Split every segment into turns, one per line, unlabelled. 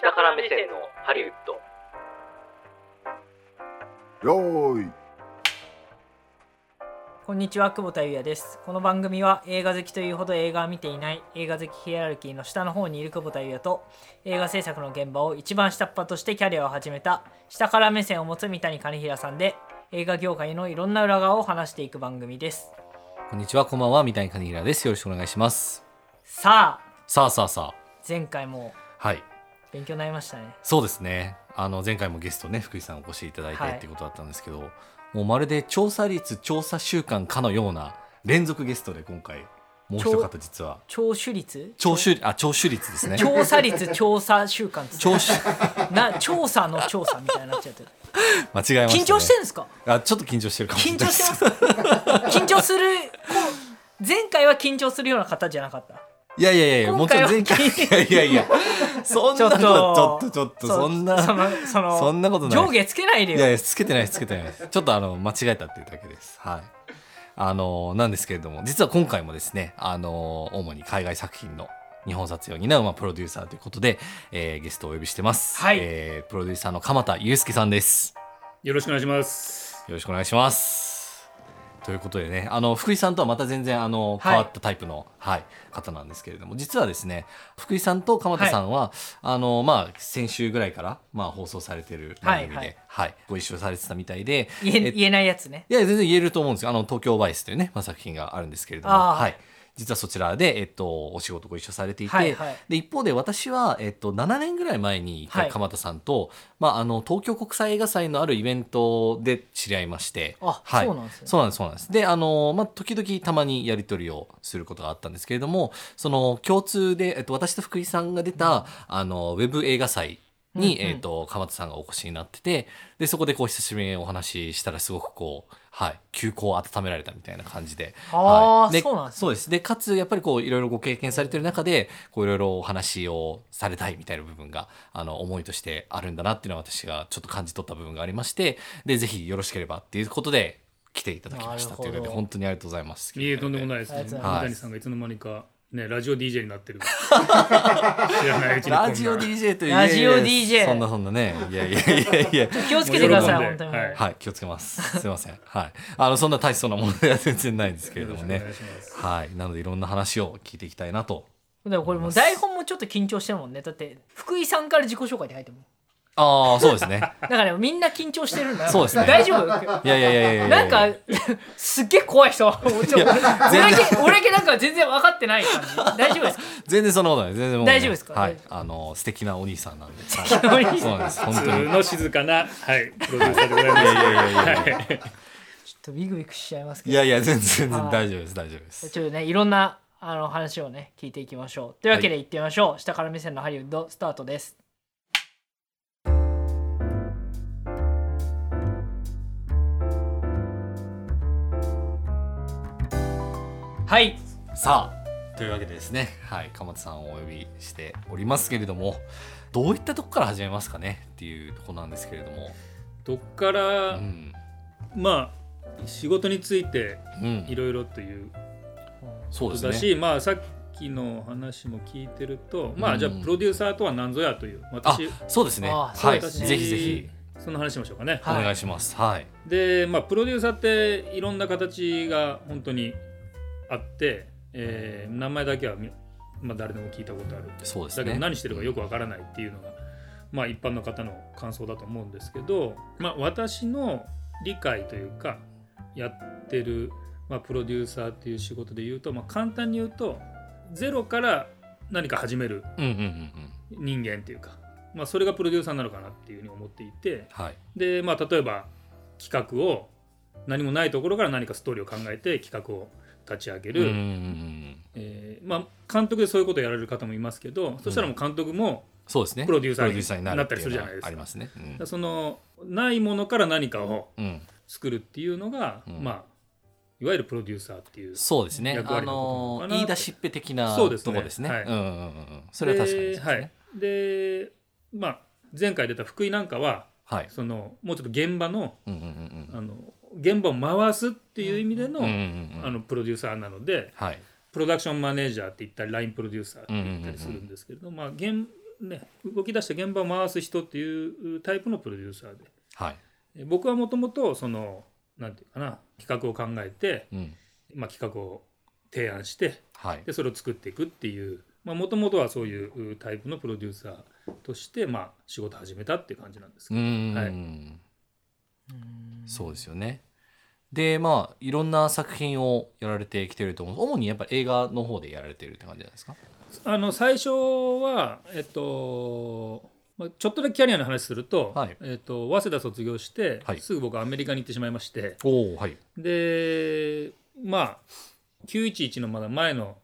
下から目線のハリウッド
よーい
こんにちは久保田裕也ですこの番組は映画好きというほど映画を見ていない映画好きヒエラルキーの下の方にいる久保田裕也と映画制作の現場を一番下っ端としてキャリアを始めた下から目線を持つ三谷兼平さんで映画業界のいろんな裏側を話していく番組です
こんにちは、こんばんは、三谷兼平です。よろしくお願いします。
さあ
さあさあさ
前回も
あ、はい、
勉強になりましたね
そうですね。あの前回もゲストね、福井さんお越しいただいて
はい
ってことだったんですけど、もうまるで調査率調査週間かのような連続ゲストで今回もう一方実は
聴取率
聴取あ聴取率 ですね。
調査率調査週間
聴取
な調査の調査みたいになっちゃってる
間違えました、ね。
緊張してるんですか
あちょっと緊張してるかもしれ
緊
ないで。
張してますす 緊張するこう前回は緊張するような方じゃなかった
いやいやいや、も
今
ち
回
ろ
は
ん前回いやいやいや、そんなことちょっとちょっと
う
そんな
そのその
そんなことないです
上下つけないでよ
いやいやつけてないですつけてないですちょっとあの間違えたっていうだけですはいあのなんですけれども実は今回もですねあの主に海外作品の日本撮影を担う、まあ、プロデューサーということで、えーゲストをお呼びしてます、
はい
えープロデューサーの鎌田祐介さんです
よろしくお願いします。
よろしくお願いしますということでねあの福井さんとはまた全然あの
はい
変わったタイプの、はい方なんですけれども実はですね福井さんと鎌田さんは、あのまあ、先週ぐらいから、まあ、放送されてる番組で、
は
はいい
はい
ご一緒されてたみたいで
言え
えっと
言えないやつね
いや、全然言えると思うんですよ。あの、東京バイスというね、まあ、作品があるんですけれども、
あー
はい。実はそちらで、えっと、お仕事ご一緒されていて、
はいはい
で、一方で私は、えっと、7年ぐらい前に、一
はい
回鎌田さんと、まあ、あの、東京国際映画祭のあるイベントで知り合いまして、
あ
はい、
そうなんですね
そうなんです、そうなんです。で、あの、まあ、時々たまにやり取りをすることがあったんですけれども、その、共通で、えっと、私と福井さんが出た、あの、ウェブ映画祭、に、
うんうん
えっと鎌田さんがお越しになっててでそこでこう久しぶりにお話ししたらすごくこう、はい、休校を温められたみたいな感じで。
ああ
はい、で
そうなんですね
そうですでかつやっぱりこういろいろご経験されてる中でこういろいろお話をされたいみたいな部分があの思いとしてあるんだなっていうのは私がちょっと感じ取った部分がありましてでぜひよろしければっていうことで来ていただきましたというの
なる
で
ほど
本当にありがとうございます。
いいえ、とんでもないです
あ
ね。
りがとうござ
三
います
谷さんがいつの間にか、ね、ラジオ DJ に なってる。知らないうちにこんな。
ラジオ DJ という
ラジオ
いやいや
DJ
そんなそんなねいやいやいやいや
気をつけてください
もう
本
喜ん
当
で
に、
はい
はい、気をつけます。すいません。はい。あの、そんな大層なものでは全然ないんですけれ
よ
ど
ろし
も
くお願
ね
い。します。
はい。なので、いろんな話を聞いていきたいなと。
でもこれもう台本もちょっと緊張してるもんねだって福井さんから自己紹介で入ってるもん
ああ、そうですね。
だからみんな緊張してるんだよ
そうですね
大丈夫
いやいやいやいやいや
なんかすっげえ怖い人ちょ俺だけ俺だけなんか全然分かってない感じ大丈夫ですか
全然そんなことない。全然もうね
大丈夫ですか
は
大
い
丈。
あの、素敵なお兄さんなんで。素
敵なお兄さ ん
そうなんです。本当に。
普
い
通の静かな、はい、プロデューサーでございます。
やいやいやいや。
ちょっとビクビクしちゃいますけ
い
ど
やいや、全然全然大丈夫です。大丈夫です。
ちょっとねいろんなあの話をね聞いていきましょうというわけで行ってみましょう、下から目線のハリウッドスタートですはい
さあ、というわけでですね。はい。鎌田さんをお呼びしておりますけれども、どういったとこから始めますかねっていうとこなんですけれども。
どっか
う
ら、
ん。
まあ、仕事について、
う
い
ん。
ろいろという
そう
こ
で
とだ
す
し、
ね。
まあ、さっきの話も聞いてると、ま
う
あ、
ん
じゃあ、プロデューサーとは何ぞやという、
あ
私、、
そうですね。
あ
は
そう
い。
です
ね
ぜひぜひ。
その話しましょうかね。
お
はい
願いします。はい。
で、まあ、プロデューサーっていろんな形が本当にあって、えー名前だけはみ、まあ、誰でも聞いたことある
そうです
だけ
ね。
ど何してるかよくわからないっていうのが、まあ、一般の方の感想だと思うんですけど、まあ、私の理解というかやってる、まあ、プロデューサーっていう仕事で言うと、まあ、簡単に言うとゼロから何か始める
うんうんうんうん。
人間っていうか、まあ、それがプロデューサーなのかなっていうふうに思っていて。
はい。
で、まあ、例えば企画を何もないところから何かストーリーを考えて企画を立ち上げ
うんうん
る、
うん。
えーまあ、監督でそういうことをやられる方もいますけどそしたらもう監督も
そうですね。
プロデューサーに
になるっていうの
なったりするじゃないですか
ありますね。うん
そのないものから何かを
うん。
作るっていうのが、
うん
まあ、いわゆるプロデューサーっていう。
そうですね。
役
あ
割のこと
の
なのかな
言い出しっぺ的な
そう
と
ですね
こですね。
はい
うんうんうんうん。それは確かにそ
で
うです
はい
ね。
でまあ、前回出た福井なんかは
はい。
そのもうちょっと現場の
うんうんうん
あの現場を回すっていう意味での,、
うん。うんうんう
あ
ん。
のプロデューサーなので、
はい。
プロダクションマネージャーって言ったりラインプロデューサーって言ったりするんですけれども、まあ、現ね、動き出して現場を回す人っていうタイプのプロデューサーで
はい。
え僕はもともとそのなんていうかな企画を考えて、
うん。
まあ、企画を提案して
はい。
でそれを作っていくっていうもともとはそういううタイプのプロデューサーとして、まあ、仕事始めたっていう感じなんです
う
けど、
ん、
は
そうですよね。で、まあ、いろんな作品をやられてきてると思う。主にやっぱ映画の方でやられてるって感じなんですか。
あの最初は、えっとまあちょっとだけキャリアの話すると,、
はい
えっと早稲田卒業して、
はい
すぐ僕アメリカに行ってしまいまして
おお、はい。
でまあ911のまだ前の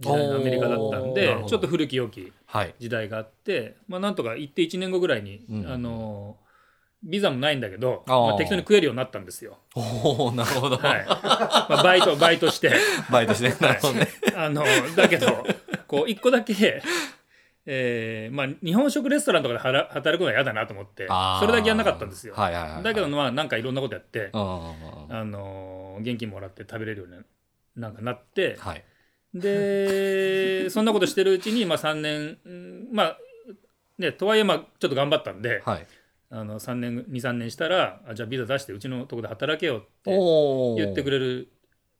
時代のアメリカだったん
おーな
で
るほど
ちょっと古き良き
はい。
時代があって、まあ、なんとか行って1年後ぐらいに、
うん
あのビザもないんだけど
あー
まあ、適当に食えるようになったんですよ。
おお、なるほど。
はいまあ、バイトバイトして
バイトして。 なるほどね。
あのだけどこう一個だけ、えーまあ、日本食レストランとかで働働くのは嫌だなと思って
あー
それだけやんなかったんですよ。
はいはいはい。
だけど
うん
まあなんかいろんなことやって、
うんうん。
あの現金もらって食べれるようになんかなって、
はい。
でそんなことしてるうちに、まあ、3年うんまあねとはいえまあちょっと頑張ったんで、
はい。
あの3年23年したらあじゃあビザ出してうちのとこで働けよって
おお。
言ってく
れ。
れる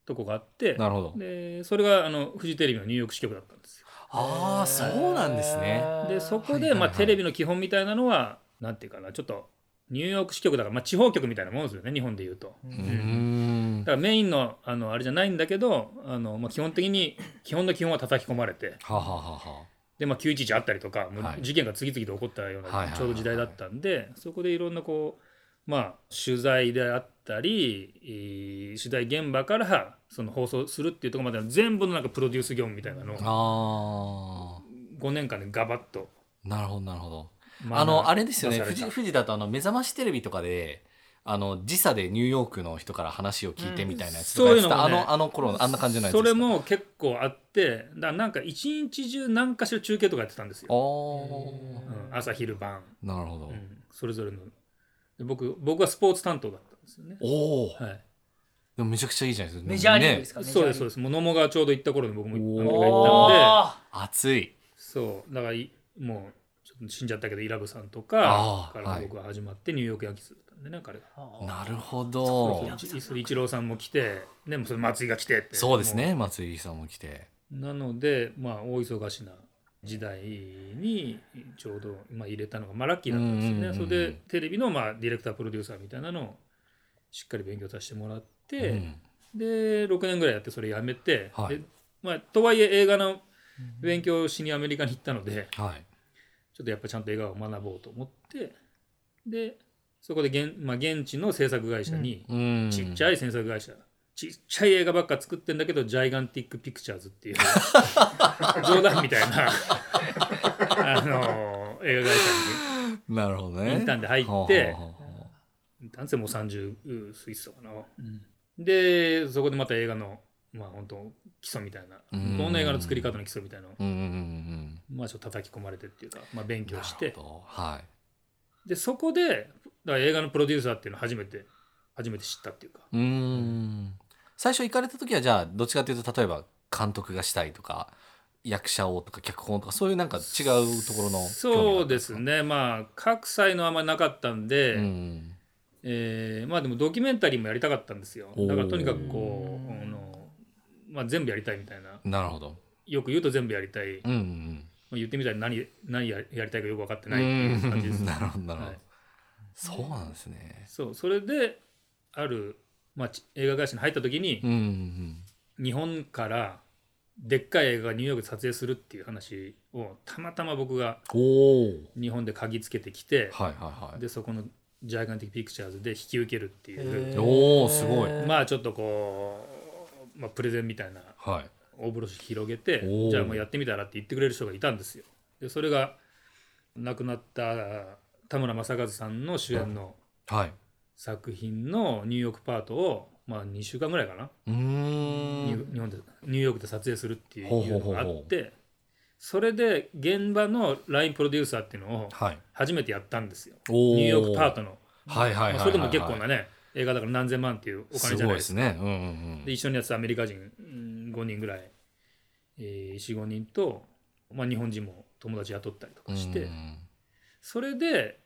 とこがあって
なるほど。
でそれがあのフジテレビのニューヨーク支局だったんですよ
ああ、そうなんですね。
でそこ
はいはい
で、
はい
まあ、テレビの基本みたいなのはなんていうかなちょっとニューヨーク支局だから、まあ、地方局みたいなもんですよね日本でいうと。
う
う
ー
ん
ん
だ。からメインのあのあれじゃないんだけどあの、まあ、基本的に基本の基本は叩き込まれて
はははは。
で、まあ、911あったりとか、もう
はい
事件が次々と起こったよう
はいはいはい
な
はい
ちょうど時代だったんでそこでいろんなこう、まあ、取材であったりえー取材現場からその放送するっていうところまでの全部のなんかプロデュース業務みたいなのを
あ
5年間でガバッと。
あ。なるほど、なるほど。
学ば
あの、あれですよね。
出さ
富
れた
士、富士だと、あの、目覚ましテレビとかで。あの、時差でニューヨークの人から話を聞いてみたいなやつとかや
うん
ってた。
そういうのもね
あの、あの頃の、あんな感じのやつですか。
それも結構あってだからなんか一日中何かしら中継とかやってたんです
あ
よ、
ー。
うん朝昼晩、
なるほど
う。んそれぞれので僕僕はスポーツ担当だったんですよね、
おお。
はい、
でもめちゃくちゃいいじゃないですか。
メジャーリーグです
ね。
か、メジャ
そうです
ー
そ
リーグ
うですもう野茂がちょうど行った頃に僕もアメリカ行
お
ったんで
ー
熱い。
そうだからいもうちょっと死んじゃったけどイラブさんとか
あー
から僕は始まってニューヨークヤンキースだったんでね彼が。
なるほ
そ
ど
うイ。チイチローさんも来て、ね、もうそれ松井が来てって
そうですね。松井さんも来て。
なので、まあ、大忙しな時代にちょうど、まあ、入れたのが、まあ、ラッキーだったんですよね、
うんうんうんうん
それでテレビの、まあ、ディレクタープロデューサーみたいなのをしっかり勉強させてもらって、
うん
で6年ぐらいやってそれやめて、
はい
でまあ、とはいえ映画の勉強をしにアメリカに行ったので
はい。
ちょっとやっぱちゃんと映画を学ぼうと思ってでそこで現,、まあ、現地の制作会社に、
うん。
ちっちゃい制作会社ちっちゃい映画ばっか作ってんだけどジャイガンティック・ピクチャーズ っていう冗談みたいなあの映画会
なるほどね。
インターンで入って
ほうほうほうほう
社に男性もう30スイスとかな、でそこでまた映画のまあ本当基礎みたいなこ
うん
の映画の作り方の基礎みたいなのを
うんうんうん
まあちょっと叩き込まれてっていうか、まあ、勉
うん。
強して
なるほどはい。
でそこでだから映画のプロデューサーっていうのを初めて初めて知ったっていうか
うーん最初行かれた時はじゃあどっちかというと例えば監督がしたいとか役者をとか脚本とかそういうなんか違うところの
そうです
興味
ねまあ各才能あんまりなかったんで、
があったんです
えーまあでもドキュメンタリーもやりたかったんですよ
おー
だからとにかくこうあの、まあ、全部やりたいみたいな
かうんなるほど
よく言うと全部やりたい、
うんうん
まあ、言ってみたら何何ややりたいかよく分かって
う
ないっていう感じです
んなるほどなるほど、
はい
そうなんですね
そうそれである、まあ、ち映画会社に入った時に
うん、うん
日本からでっかい映画がニューヨークで撮影するっていう話をたまたま僕が
うん、おお
日本で嗅ぎつけてきて、
はいはいはい
でそこのジャイガンティック・ピクチャーズで引き受けるっていう
へ
ーおーすごい
ま
あ、
あちょっとこう、まあ、プレゼンみたいな
はい
大風呂敷広げて
おー
じゃあもうやってみたらって言ってくれる人がいたんですよでそれが亡くなった田村正和さんの主演の
はい
作品のニューヨークパートを、まあ、2週間ぐらいかな、
うー
ニ
ん
ュー日本でニューヨークで撮影するっていう
ほうほうほ
の
うほう
があってそれで現場のラインプロデューサーっていうのを
はい
初めてやったんですよ
お
ニューヨークパート
の
の、
はいはいはいはい、
まあそれでも結構なね映画だから何千万っていうお金じ
す
ゃな
ご
い
い
で
ですす
か
ねうんうんう
で
ん
一緒にやってたアメリカ人うん5人ぐらい、えー、45人と、まあ、日本人も友達雇ったりと
う
か
ん
して、
うん
それで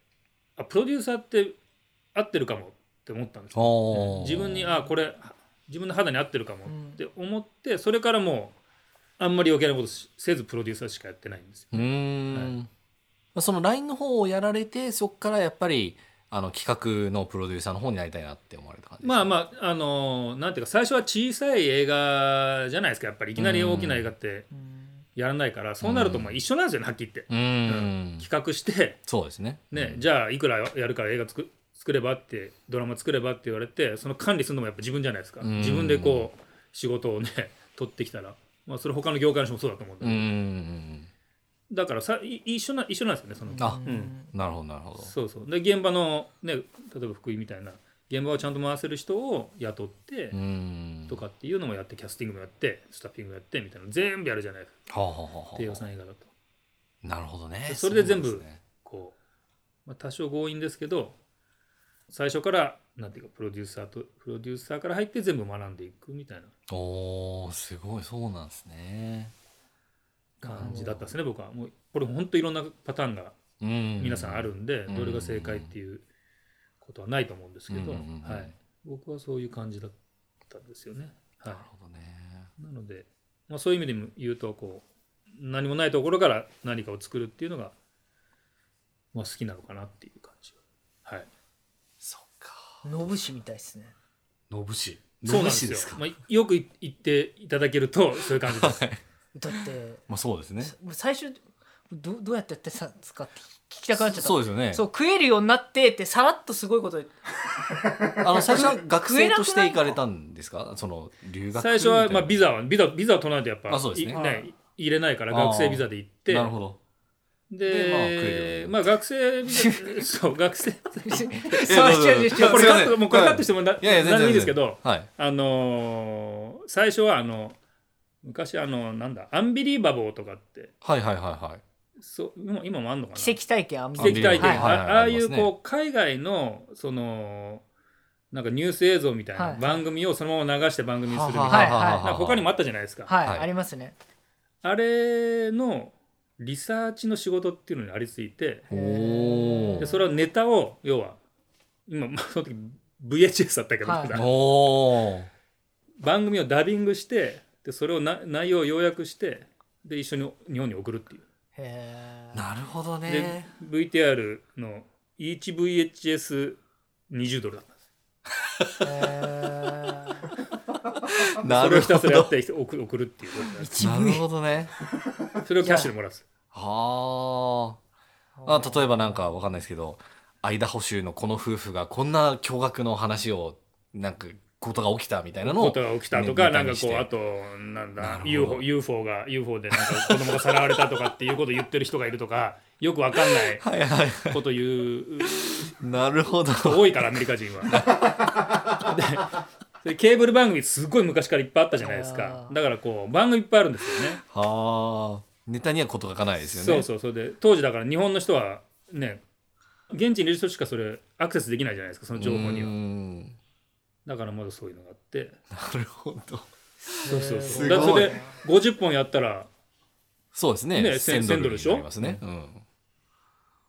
あプロデューサーって合ってるかもって思ったんですよ
おー
自分にあこれ自分の肌に合ってるかもって思って、それからもうあんまり余計なことしせずプロデューサーしかやってないんですよ
うーん、その LINE の方をやられてそこからやっぱりあの企画のプロデューサーの方になりたいなって思われた感じ
まあ
あ
まああのーなんていうか最初は小さい映画じゃないですかやっぱりいきなり大きな映画って
うん
やらないから、そうなるとまあ一緒なんですよねはっきり言って、
うーん、
企画して
そうですね
ね、
うん
じゃあいくらやるから映画作作ればってドラマ作ればって言われてその管理するのもやっぱ自分じゃないですか、
うん
自分でこう仕事をね取ってきたら、まあ、それ他の業界の人もそうだと思うんだ
うー
け
ん
ど、だからさい一緒な一緒なんですよねその、
あ
うん
なるほどなるほど
そうそうで現場の、ね、例えば福井みたいな現場をちゃんと回せる人を雇って、
うーん
とかっていうのもやってキャスティングもやってスタッフィングやってみたいなの全部やるじゃないですか
はあはあはあは
低予算映画だと
あなるほどね
それで全部
そうなんすね
こう、まあ、多少強引ですけど最初からなんていうかプロデューサーとプロデューサーから入って全部学んでいくみたいな
おーすごいそうなんですね
感じだったですね僕はもうこれ本当いろんなパターンが
うん
皆さんあるんで、
うん
どれが正解っていうことはないと思うんですけど、
うんうんうん
はい、僕はそういう感じだったんですよね。は
なるほどね
い、なので、まあ、そういう意味でも言うとこう何もないところから何かを作るっていうのが、まあ、好きなのかなっていう感じは。はい
そっか
ノブシみたいですね
野武士
そう
野
なん
武士
です
で
よ
すか
まあ、よくい言っていただけるとそういう感 じです
だって
まあそうですね
最初どどうやってやってたんですかって聞きたくなっちゃった
そうですよね
そう食えるようになってってさらっとすごいことで
あの 最初は学生として行かれたんですかその留学
最初は、まあ、
ビ
ビザはビザビザを取らないとやっぱ
あそうですね
いね入れないから
あー
学生ビザで行って
なるほどでまあ食えるよ
で
うに
まあ学生ビザ そう学生
そう
どうぞ
違う違う違う
いや
これ
すい
カ
ません
ットもうこれカットしてもな、
いやいや全然
何でもいいですけど
はい
あのー最初はあの昔あのなんだアンビリーバボーとかって
はいはいはいはい
そう今今もあんのかな
奇跡体験あんま
奇
り
跡体験、
はい
あああいう
ありますね
こう海外のそのなんかニュース映像みたい
は
ない番組をそのまま流して番組にするみたいな、
はい
なんか他にもあったじゃないですか、
はい、
はい
ありますね
あれのリサーチの仕事っていうのにありついて
お
へ
お
でそれはネタを要は今、まあ、その時 VHS だったけど、
はい
まだ
おー
番組をダビングしてでそれをな内容を要約してで一緒に日本に送るっていう
へえ
なるほど
で
ね
VTR の 1VHS20 ドルだったんです
な
それ
る
をひ
ほ
たすらやっ
ど
て送送るっていう
一
なる
部
ほどね
それをキャッシュでもらうんですよ
はああ例えばなんかわかんないですけどアイダホ州のこの夫婦がこんな驚愕の話をなんかことが起きたみたいなの
こ
を
とが起きたと
ネ
か、
ネタ
なんか
にし
こ
て
う、あと、なん
なる
だ
ほ、ど
UFO, UFO が、UFO でなんか子供がさらわれたとかっていうことを言ってる人がいるとか、よくわかんない
はいはい
ことを言う
なるほど
人多いから、アメリカ人は。 ででケーブル番組すごい昔からいっぱいあったじゃないです
あ
か
ー
だからこう番組いっぱいあるんですよね
はあネタにはことがかないですよね
そうそうそれで当時だから日本の人はね現地にいる人しかそれアクセスできないじゃないですかその情報に
うー
は
ん
だからまだそういうのがあって
なるほど
そうそうそ
すごいう
だからそれで50本やったら
そうですね。
ねせん
1000
1000ドルでしょ
になりますね。うん。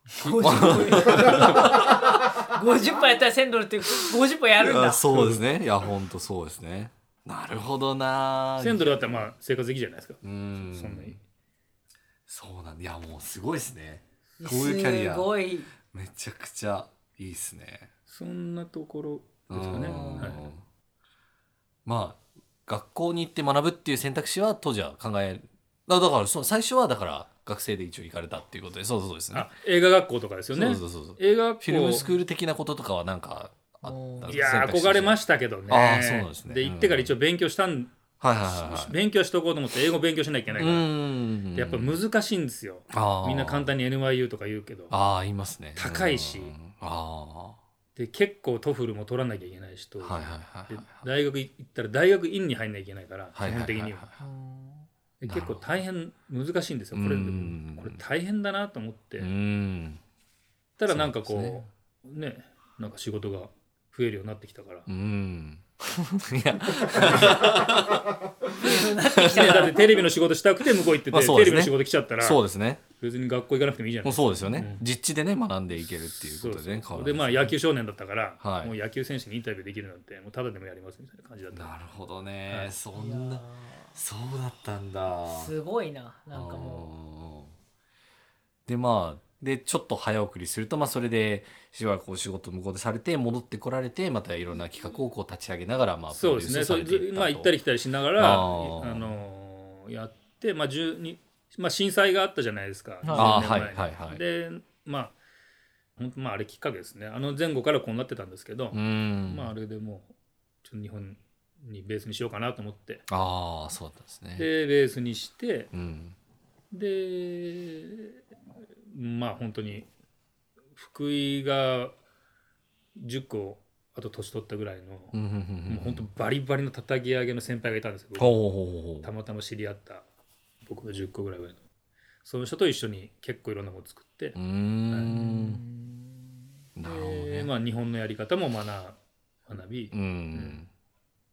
50本やったら1000ドルって50本やるん
いや
だ
そうですね。いや、ほんとそうですね。なるほどな。
1000ドルだったらまあ生活できるじゃないですか
うん。
そんなに
そうなんだ。いや、もうすごいですね。こういうキャリ
す
ア、
ごい
めちゃくちゃいいですね。
そんなところですかね。
うん
はい、
まあ、学校に行って学ぶっていう選択肢は当時は考え、だだからそう、最初はだから学生で一応行かれたっていうことで、そうそうそうですね
あ。映画学校とかですよね。
そうそうそうそう。
映画学校
フィルムスクール的なこととかはなんかあったん
い
ですか選
やー
択肢として
憧れましたけどね。
あーそうなんですね
行ってから一応勉強したん、
はいはいはいはい。
勉強しとこうと思って英語勉強しなきゃいけないから、
ん
やっぱ難しいんですよ。
あー
みんな簡単に NYU とか言うけど、
ああ言いますね
高いし
うんあ
で結構トフルも取らなきゃいけないしと、
あはいはいはい
で
はい
大学行ったら大学院に入んなきゃいけないから、
はい
基本的
はい
に
は。
はいで結構大変難しいんですよ。これ
うん
これ大変だなと思って。
はいうん
ただなんかこ
そう
う
で
ねなんか仕事が増 えるようになってきたから
うんいや
なってきってきたか
だっ
ら
てテレビの仕事したくて向こう行ってて、
まあそう
テ
ですね
レビの仕事来ちゃったら
そうですね。
別に学校行かなくてもいいじゃな
も
いう
そうですよね。実地でね、学んでいけるっていうことでね。
そうそう
変わら
で
ず
まあ野球少年だったから、
はい
もう野球選手にインタビューできるなんてもうただでもやりますみたいな感じだった
なるほど
は
ね。
い
そんな、そうだったんだ。
すごいななんかも
う。で、まあ、で、ちょっと早送りすると、まあ、それで、しばらくお仕事向こうでされて、戻ってこられて、またいろんな企画をこう立ち上げながら、まあ、
そうですね
プ
そ
ロ
う
デュースされてい
ずまあ行った
り。
り来たりしながら
あ
あ
ー
のやって、まあ10にまあ、震災があったじゃないですか、
あー
10年前に
はいはいはい
でまあ本当まああれきっかけですねあの前後からこうなってたんですけど、
うん。
まああれでもうちょっと日本にベースにしようかなと思って
ああ、そうだったんですね。
でベースにして
うん。
でまあ本当に福井が10個あと年取ったぐらいの、
うんうんうんうん
もう本当バリバリの叩き上げの先輩がいたんですよ僕
ほうほうほうほ
たまたま知り合った僕が10個ぐらい上のその人と一緒に結構いろんなもの作って
う。うー、。
ううんん
なるほど
で
ね。
まあ、日本のやり方も学学び、
うん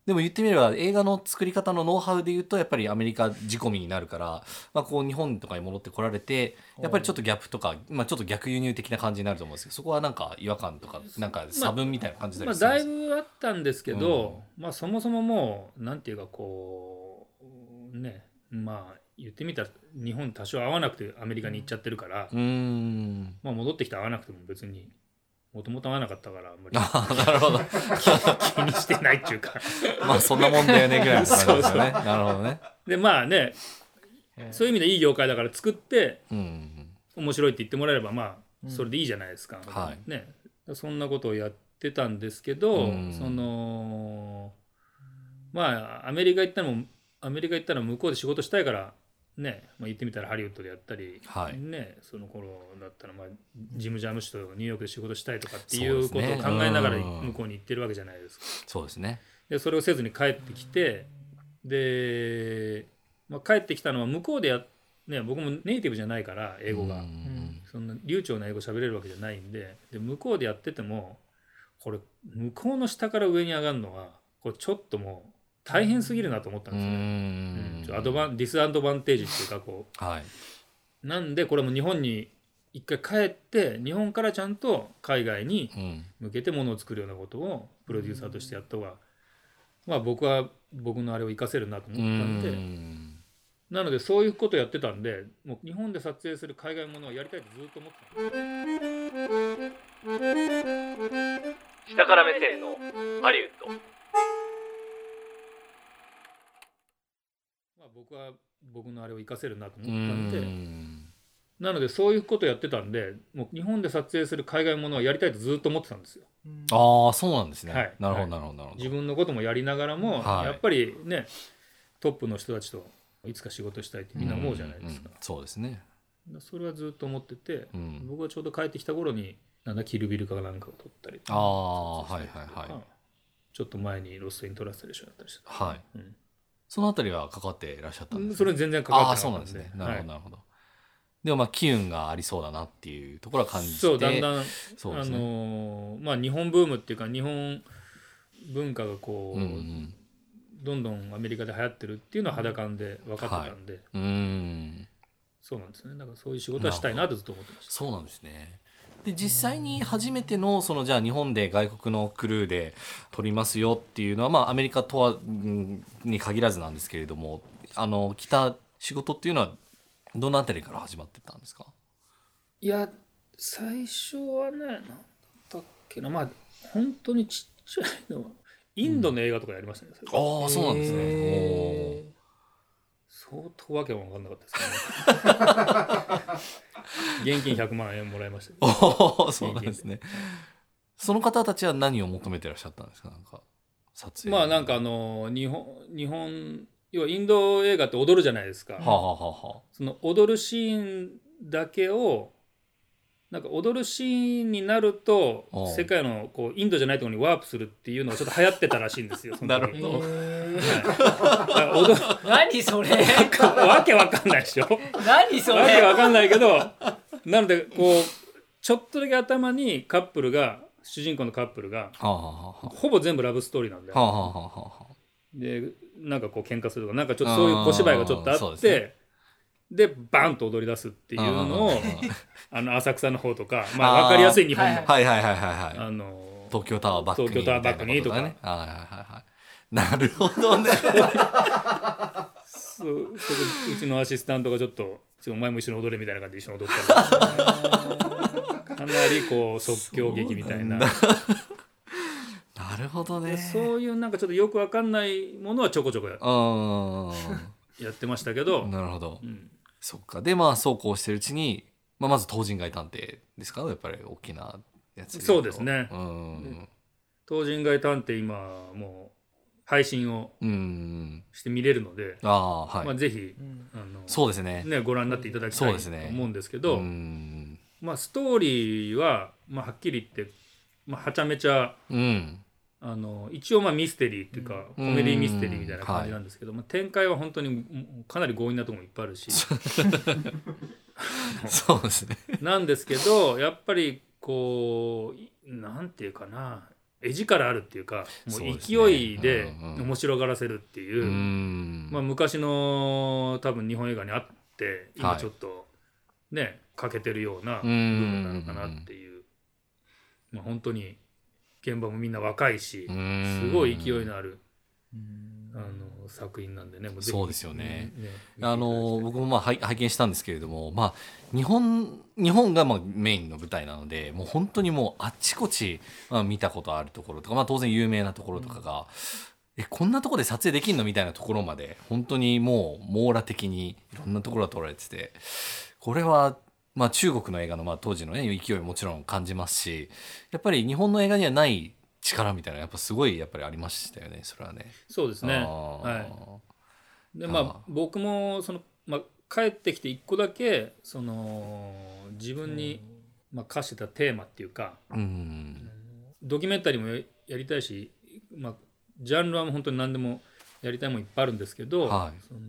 でも言ってみれば映画の作り方のノウハウで言うとやっぱりアメリカ仕込みになるから、まあ、こう日本とかに戻ってこられてやっぱりちょっとギャップとか、まあ、ちょっと逆輸入的な感じになると思うんですけどそこはなんか違和感とかなんか差分みたいな感じだ
まあ、
するん
だ
で
い
すか
ぶあったんですけど、まあ、そもそももうなんていうかこうねまあ言ってみたら日本多少合わなくてアメリカに行っちゃってるから、
うーん
まあ、戻ってきて合わなくても別にもともと合わなかったからあん まり
あーなるほど
気にしてないっていうか
まあそんなもんだよねぐらいの感じ ですよねなるほどね
でまあねそういう意味でいい業界だから作って
うん
面白いって言ってもらえればま
う
あ
ん
それでいいじゃないですか、
はい
ね、そんなことをやってたんですけど、
うん
そのまあアメリカ行ったのもアメリカ行ったら向こうで仕事したいからね、まあ、言ってみたらハリウッドでやったり、
はい
ね、その頃だったらまあジム・ジャーム氏とニューヨークで仕事したいとかってい
そうで
う
す
ことを
ね
考えながら
うん
向こうに行ってるわけじゃないですか。
そうですね
でそれをせずに帰ってきてで、まあ、帰ってきたのは向こうでや、ね、僕もネイティブじゃないから英語が
う。ん
そんな流暢な英語喋れるわけじゃないんでで向こうでやっててもこれ向こうの下から上に上がるのはこれちょっともう大変すぎるなと思ったん
う
ですよね。うん
ん
ちょっとアドバンディスアドバンテージっていうかこ
はいう
なんでこれも日本に一回帰って日本からちゃんと海外に
うん
向けてものを作るようなことをプロデューサーとしてやった方がまあ僕は僕のあれを活かせるなと思
う
ったんで
ん
なのでそういうことやってたんでもう日本で撮影する海外ものをやりたいとずっと思ってたんです。
下から目線のハリウッド
まあ、僕は僕のあれを活かせるなと思っ
う
たんで、
ん
なのでそういうことやってたんでもう日本で撮影する海外ものをやりたいとずっと思ってたんですよ
ああそうなんですね、
はい
なるほど
はい
なるほどなるほど
自分のこともやりながらも、
はい
やっぱりねトップの人たちといつか仕事したいってみんな思うじゃないですか
うんうん、そうですね
それはずっと思ってて、
うん
僕がちょうど帰ってきた頃になんだキルビルかなんかを撮ったり
ああはいはいはい
ちょっと前にロストイントラストで一緒だったりしてた、
はい
うん
そのあたりはかかっていらっしゃったんです
そ
ね
れに全然か
あ
か
あ
って
そう
な
なん
かっ
で
た
す
んで
ねなるほどなるほど、でもまあ機運がありそうだなっていうところは感じて
そうだんだん
そうで
あ
すね
のーまあ日本ブームっていうか日本文化がこう、
うんうん
どんどんアメリカで流行ってるっていうのは肌感で分かってたんで、
うん
そうなんですねだからそういう仕事はしたいなとずっと思ってました
そうなんですねで実際に初めてのそのじゃあ日本で外国のクルーで撮りますよっていうのは、まあ、アメリカとはうんに限らずなんですけれどもあの来た仕事っていうのはどのあたりから始まってたんですか
いや最初はねなんだったっけなまあ本当にちっちゃいのは インドの映画とかやりましたね、それ
ああそうなんですね。おー
へ
相当わけも分かんなかったです ね現金100万円もらいましたけど
おーそうなんですね。その方たちは何を求めてらっしゃったんですかなんか撮影。
まあなんかあの日本日本要はインド映画って踊るじゃないですか、
はあ、はあはあは
その踊るシーンだけをなんか踊るシーンになると
おう
世界のこうインドじゃないところにワープするっていうのがちょっと流行ってたらしいんですよ。その時
なるほど
え
だから踊る
何それ
わけわかんないでしょ。わ
何そ
け
れ
わかんないけどなのでこうちょっとだけ頭にカップルが主人公のカップルが
あはあはあは
ほぼ全部ラブストーリーなんで
あはあはあはあはあ
でなんかこう喧嘩するとかなんかちょっとそういう小芝居がちょっとあ
あーそう
っ
で
て
す
で,、バンと踊り出すっていうのを
うんうんうん
あの浅草の方とか、まあ、
あー
分かりやすい日本の、
はいは
はい
い
はいはいはいはい
あの
東京タワーバックに
東京タワーバックに
みたいなことだねはいはいはいはいなるほど ね
そうそううちのアシスタントがちょっと「ちょっとお前も一緒に踊れ」みたいな感じで一緒に踊ったりかなりこう即興劇みたいな
なるほど
で
ね
そういうなんかちょっとよくわかんないものはちょこちょこや
う
やってましたけど
ん、なるほど
うん、
そっかでまあそうこうしてるうちに、まあ、まず東人街探偵ですかやっぱり大きなやつ言と
そうですね
うん
東人街探偵今もう配信を
うん
して見れるので、
ああはい、
まあ、ぜひ
うん
あの
そうですね
ね、ご覧になっていただきた
そう
い
です
と
ね
思うんですけ
う
ど
ん
まあ、ストーリーは、まあ、はっきり言って、まあ、はちゃめちゃ
うん
あの一応まあミステリーっていうか、
うん
コメディミステリーみたいな感じなんですけど、まあ、展開は本当にもうかなり強引なところもいっぱいあるし
そうですね
なんですけどやっぱりこういなんていうかな絵力あるっていうかも
そう
う
ですね
勢いで
うんうん
面白がらせるっていう
う、ん
まあ、昔の多分日本映画にあって今
はい
ちょっとね、欠けてるような
う
部分なの
ん
かなっていう、まあ、本当に現場もみんな若いし、
うん
すごい勢いのある
うん
あの作品なんでねもぜひ
そうですよね
ね
あの僕もまあはい拝見したんですけれども、まあ、日本日本がまあメインの舞台なのでもう本当にもうあっちこち、まあ、見たことあるところとか、まあ、当然有名なところとかが、えこんなところで撮影できるのみたいなところまで本当にもう網羅的にいろんなところが撮られててこれは、まあ、中国の映画の、まあ、当時の、ね、勢いもちろん感じますしやっぱり日本の映画にはない力みたいなやっぱすごいやっぱりありましたよねそれはね。
そうですね
あー
はでま
あ
あ
ー
僕もその、まあ、帰ってきて一個だけその自分に、まあ、課してたテーマっていうか
うん
ドキュメンタリーもややりたいし、まあ、ジャンルはもう本当に何でもやりたいもんいっぱいあるんですけど、
はい
その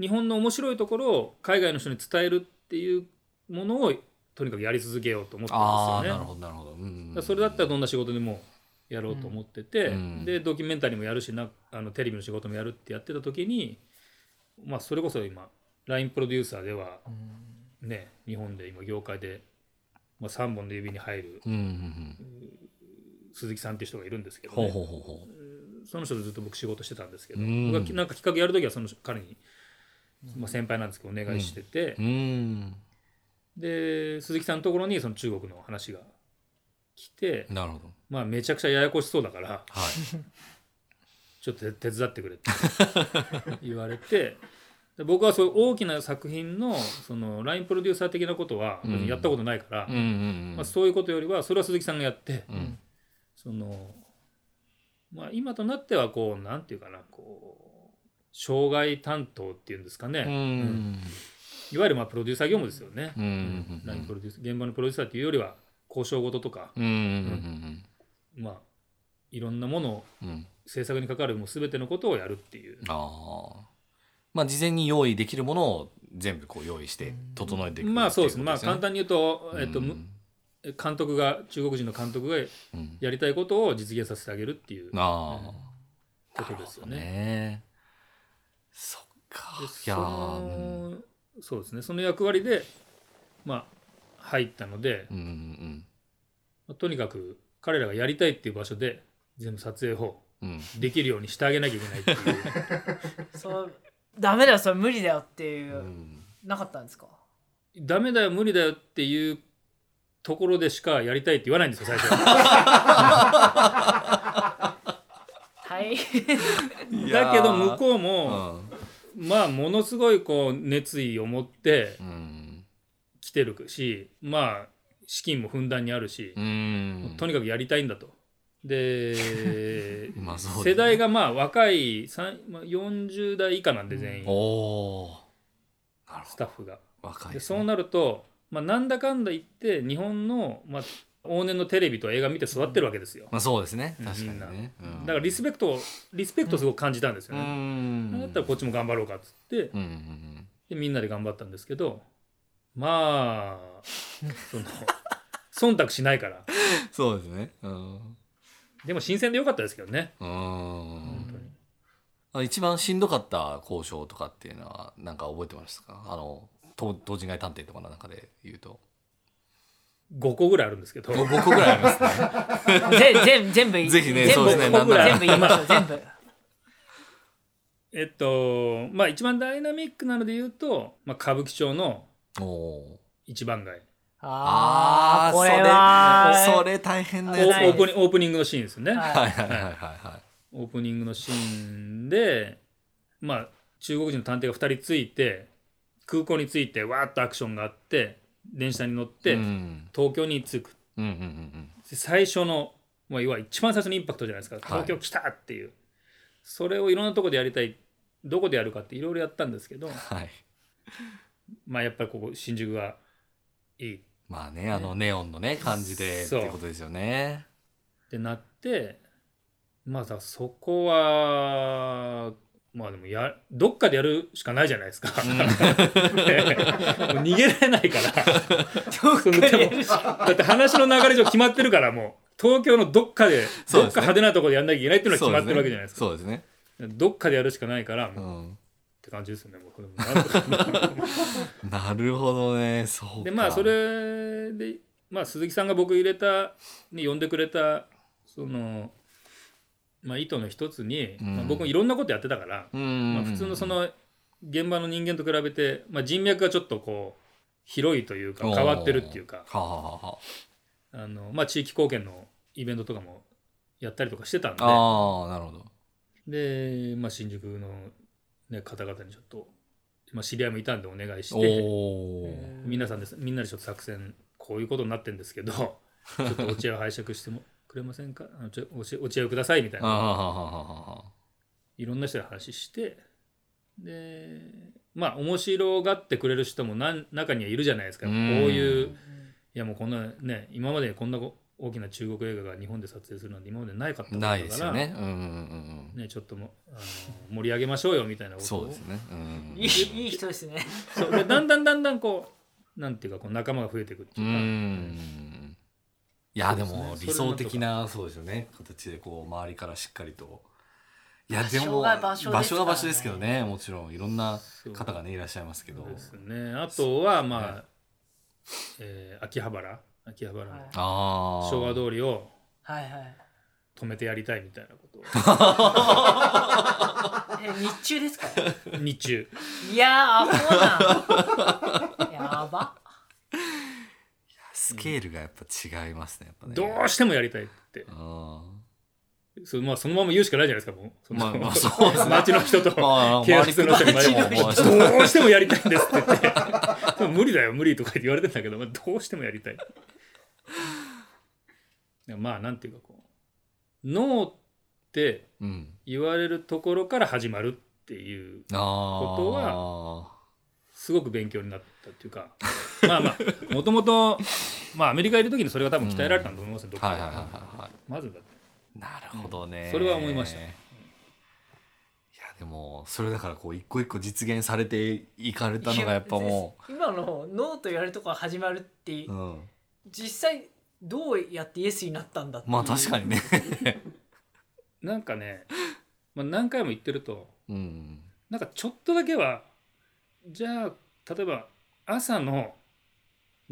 日本の面白いところを海外の人に伝えるっていうものをとにかくやり続けようと思って
あ
たん
あ
です
な
よ
る
ね。
ほどなるほど。うん
だからそれだったらどんな仕事でもやろうと思ってて、
うん
でドキュメンタリーもやるしなあのテレビの仕事もやるってやってた時に、まあ、それこそ今 LINE プロデューサーではね日本で今業界で、まあ、3本の指に入る
うんうんうん
鈴木さんっていう人がいるんですけど、
ほう
ね
ほうほうほ
その人とずっと僕仕事してたんですけど、
うん
僕がなんか企画やる時はその彼に、まあ、先輩なんですけどお願いしてて、
う。うん。
で鈴木さんのところにその中国の話が来て、
なるほど。
まあ、めちゃくちゃややこしそうだから
はい。
ちょっと手伝って くれって言われてで僕はそういう大きな作品のその LINE プロデューサー的なことは
うん
別にやったことないから、
うんうんう
まあ、
ん。
そういうことよりはそれは鈴木さんがやって。
うん
そのまあ今となってはこうなんていうかなこう障害担当っていうんですかね、
う
うんんいわゆるまあプロデューサー業務ですよね、
うんうんうん
ラインプロデュース現場のプロデューサーっていうよりは交渉事とか、
うんうん
まあいろんなものを
うんうん。
制作にかかるもう全てのことをやるっていう、
ああ。まあ事前に用意できるものを全部こう用意して整えていくっていことよね。
まあそうですねまあ簡単に言うと、えっと、
うん
む監督が中国人の監督が
うん
やりたいことを実現させてあげるっていう
ああ。
ことですよ
なるほど
ね。
ね。そっか
で。
いやー
そ
うん
のそうですねその役割で、まあ、入ったので、
うんうん
まあとにかく彼らがやりたいっていう場所で全部撮影
う
を
んうん。
できるようにしてあげなきゃいけないっていう
そうダメだよそれ無理だよっていうう、
ん
なかったんですか
ダメだよ無理だよっていうところでしかやりたいって言わないんですよ最初は
はい
だけど向こう
う
も、
ん
まあものすごいこう熱意を持って
うん
来てるしまあ資金もふんだんにあるし
う、ん。
とにかくやりたいんだと。で
まあそうですね
世代がまあ若いさんまあ40代以下なんで全員、
おおー。なる
ス
ほ
タッフが。
ど。若い
で
です
そう
ね。
なると、まあ、なんだかんだ言って日本の、まあ、往年のテレビと映画見て育ってるわけですよ
まあそうですね。
うん
確かにね。
だからリスペクトをリスペクトをすごく感じたんですよ
う
ね、
ん。
だったらこっちも頑張ろうかっつって
うんうんうん。
でみんなで頑張ったんですけどまあ その忖度しないから
そうですね。うん。
でも新鮮でよかったですけどね
うん。
本当に
あ一番しんどかった交渉とかっていうのはなんか覚えてますかあのと同人街探偵とかの中で言うと
5個ぐらいあるんですけど
5個ぐらいあります ね
ぜ全全部いい
ぜひね
全部
そうですね
全部
なんなら
全部言いましょう全部
えっとまあ一番ダイナミックなので言うと、まあ、歌舞伎町の
おお
一番街
ああこれ
ー
は
それそれ大変
オ
な
ーオ
やつ
ない
ープニングオープニングのシーンですよね、
はい
はいはいはいはいは
オープニングのシーンでまあ中国人の探偵が2人ついて空港に着いてわーっとアクションがあって電車に乗っ
い
て、
うん
東京に着く
うんうんうん
で最初の、まあ、いわゆる一番最初のインパクトじゃないですか東京来たっていう、それをいろんなとこでやりたいどこでやるかっていろいろやったんですけど
うんはい
まあやっぱりここ新宿がいいっ
まあねあのネオンのね感じでって
そう
いうことですよね
てなってまあだからそこはまあでもやどっかでやるしかないじゃないですか、 もう逃げられないから
どっかでやるし
だって話の流れ上決まってるからもう東京のどっかで
そう
ど
ですね
っか派手なとこでやんなきゃいけないっていうのは決まってるわけじゃないですか
そうですね
どっかでやるしかないから、
そうです
っ
ね
て感じですよねもうこれもなんとか
うんなるほどねそうか
でまあそれで、まあ、鈴木さんが僕入れた、ね、呼んでくれたその、まあ、意図の一つに、
うん
まあ僕もいろんなことやってたから、
うん
まあ、普通のその現場の人間と比べて、まあ、人脈がちょっとこう広いというか
おー
変わってるっていうか
はあはあは
あの、まあ、地域貢献のイベントとかもやったりとかしてたんで
あああなるほど
で、まあ、新宿の、ね、方々にちょっと、まあ、知り合いもいたんでお願いし
お
て。
おー
皆さんですみんなでちょっと作戦こういうことになってんですけ どちょっとお茶を拝借してもくれませんかあのちょお茶お茶をくださいみたい
ああ
な
はあはあはあはあ
いろんな人で話してでまあ面白がってくれる人もなん中にはいるじゃないですか
う
こうんいういやもうこんなね今までこんな大きな中国映画が日本で撮影するなんて今までないかったことだか
な
ら
いですよね。うんうんうんうん。
ねちょっともあの盛り上げましょうよみたいなことを
そうですね。うん。
いいいい人ですね
そうでだんだんだんだんこうなんていうかこう仲間が増えていくって
う
いうか。
ん。いやでも
そう
理
ですね
想的なそうですよね形でこう周りからしっかりと。いや
場
でも
所が場所ですからね
場所が場所ですけどねもちろんいろんな
そう
方がねいらっしゃいますけど
そう。ですね。あとはまあ、
はい
えー秋葉原秋葉原
はい
の
ああ。
昭和通りを
はいはい
止めてやりたいみたいなこと
え日中ですか
を日中
いやーアホなんやば
スケールがやっぱ違いますねやっぱね。
どうしてもやりたいって
あ
そうまあそのまま言うしかないじゃないですかもうその
まあ まあそうですね
街の人と
あ。まあ
契約するの
周り
街
に
の
もまあ
人にどうしてもやりたいんですって言って でも無理だよ無理とか言って言われてんだけど、まあ、どうしてもやりたいでまあなんていうかこうノーって
うん。
言われるところから始まるっていう
ああ。
ことすごく勉強になったっていうか まあまあもともとまあアメリカいる時にそれが多分鍛えられたんだと思いますよ、どっか
は
で
いはいはいはいはい。
まずだって
なるほどね、
うんそれは思いました
いやでもそれだからこう一個一個実現されていかれたのがやっぱも
う今のノーと言われるとこから始まるって
う、うん、
実際どうやってイエスになったんだっていう
まあ確かにね、
なんかね、まあ、何回も言ってると
うん、
なんかちょっとだけはじゃあ例えば朝の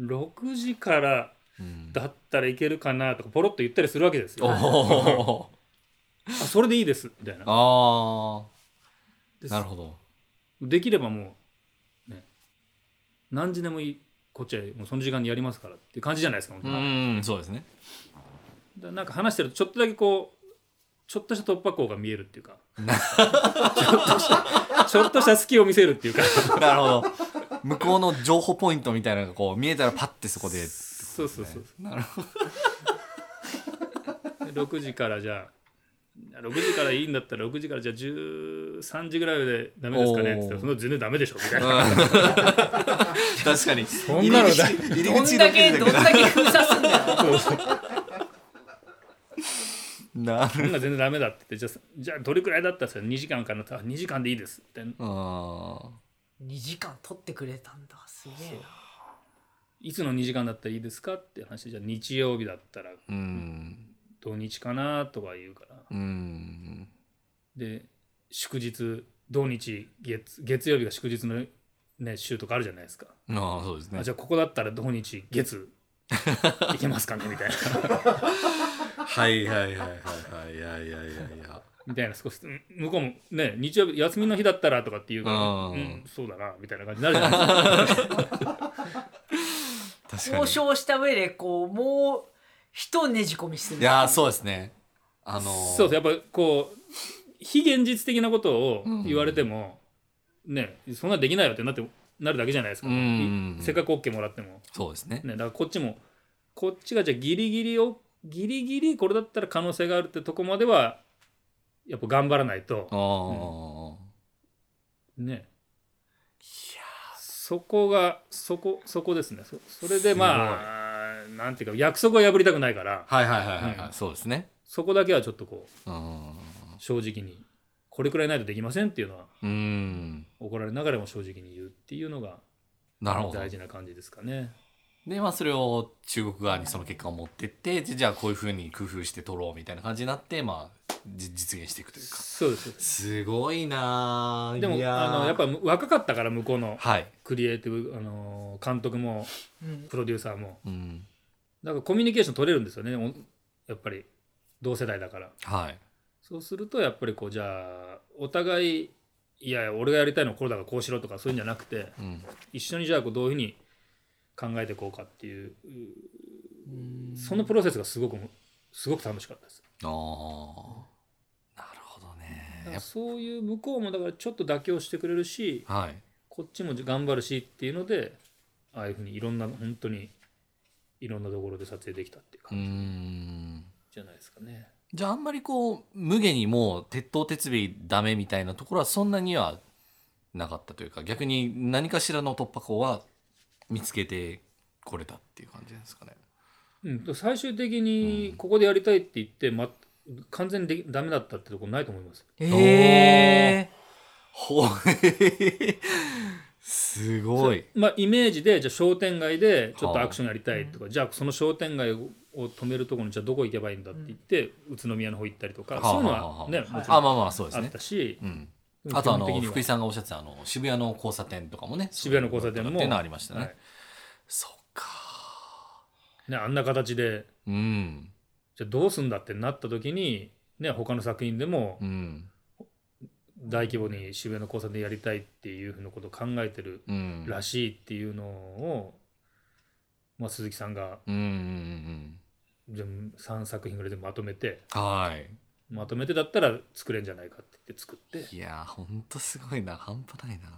6時から
うん、
だったらいけるかなとかポロッと言ったりするわけです
お
よ。
お
あそれでいいですみたいな。
あ
で
あなるほど
できればもう、ね、何時でもいいこっちはもうその時間にやりますからっていう感じじゃないですか。本当
う
は
んそうですね
だなんか話してるとちょっとだけこうちょっとした突破口が見えるって いうかちょっとした隙を見せるっていうか
なるほど向こうの情報ポイントみたいなのがこう見えたらパッてそこでって
そう
こと
そう
です
そ
ね
う
な
そ
るほど
う6時からじゃあ6時からいいんだったら6時からじゃあ13時ぐらいでダメですかねって言
お
った
ー
らその全然ダメでしょみたいな
確かにそ
んなのだ
入り口入り
どん
口
だ けど
だ
ん
けだ
だけ封鎖すんだよ
な
そ
る
んな全然ダメだって言ってじゃあじゃあどれくらいだったらそれ2時間かなあ2時間でいいですって
あ
2時間取ってくれたんだすげえ
いつの2時間だったらいいですかって話じゃあ日曜日だったら
ーうん
土日かなとか言うから
うん
で祝日土日月月曜日が祝日の、ね、週とかあるじゃないですか、
ああそうですね
あじゃあここだったら土日月いけますかねみたいな
はいはいはいはいはいいやいやいやいや
みたいな少しうん向こうもね日曜日休みの日だったらとかっていうから、
うん
うん、そうだなみたいな感じになるじゃないですか
確か
交
に
渉した上でこうもう一ねじ込みする
いやーそうですね あのー
そうそうやっぱこう非現実的なことを言われても、ねそんなできないよってなってなるだけじゃないですか、
うん
いせっかく OK もらっても、
そうですね
ね、だからこっちもこっちがじゃあギリギリをギリギリこれだったら可能性があるってとこまではやっぱ頑張らないと
ああ、
ねそこがそこそこですねそそれでまあなんていうか約束は破りたくないから
はいはいはいはい、は
う
い、そうですね
そこだけはちょっとこう
うん
正直にこれくらいないとできませんっていうのは
うん
怒られながらも正直に言うっていうのが
なるほど
大事な感じですかね。
でまあそれを中国側にその結果を持ってってでじゃあこういうふうに工夫して取ろうみたいな感じになってまあじ実現していくというか
そうですそうです
すごいなー
でも
いやー
あのやっぱ若かったから向こうの
はい
クリエイティブ、あの監督も
うん
プロデューサーも
うん
だからコミュニケーション取れるんですよねおやっぱり同世代だから
はい
そうするとやっぱりこうじゃあお互いいや俺がやりたいのはこれだからこうしろとかそういうんじゃなくて
うん
一緒にじゃあこうどういうふうに考えていこうかっていう
うん
そのプロセスがすごくすごく楽しかったです
ああなるほどね
だか
や
ら
っ
そういう向こうもだからちょっと妥協してくれるし
ぱはい
こっちも頑張るしっていうのでああいうふうにいろんな本当にいろんなところで撮影できたっていう
う
感
ん
じじゃないですかね。
じゃああんまりこう無下にもう鉄頭鉄尾ダメみたいなところはそんなにはなかったというか逆に何かしらの突破口は見つけてこれたっていう感じですかね。
うん、最終的にここでやりたいって言って、ま、完全にできダメだったってとこないと思います。
ええ
ほすごい。
まあ、イメージでじゃあ商店街でちょっとアクションやりたいとか、じゃあその商店街を止めるところにじゃあどこ行けばいいんだって言って、宇都宮の方行ったりとか、 そういうのはね、
はあ
もち
あ
ろん
まあまあそうです
あっ
ね
た。し、
うん、
でも
あとあの
基本的には
福井さんがおっしゃってたあの渋谷の交差点とかもね
渋谷の交差点も
っていうのはありましたね。
はい
そっか。
ね、あんな形で
うん
じゃあどうすんだってなった時に、ね、他の作品でも
うん
大規模に渋谷の交差点やりたいっていうふうなことを考えてる
うん。
らしいっていうのを、まあ、鈴木さんが
うんうんうん
全部3作品ぐらいでまとめて
うん。はい。
まとめてだったら作れんじゃないかって言って作って
いやーほんとすごいな半端ないな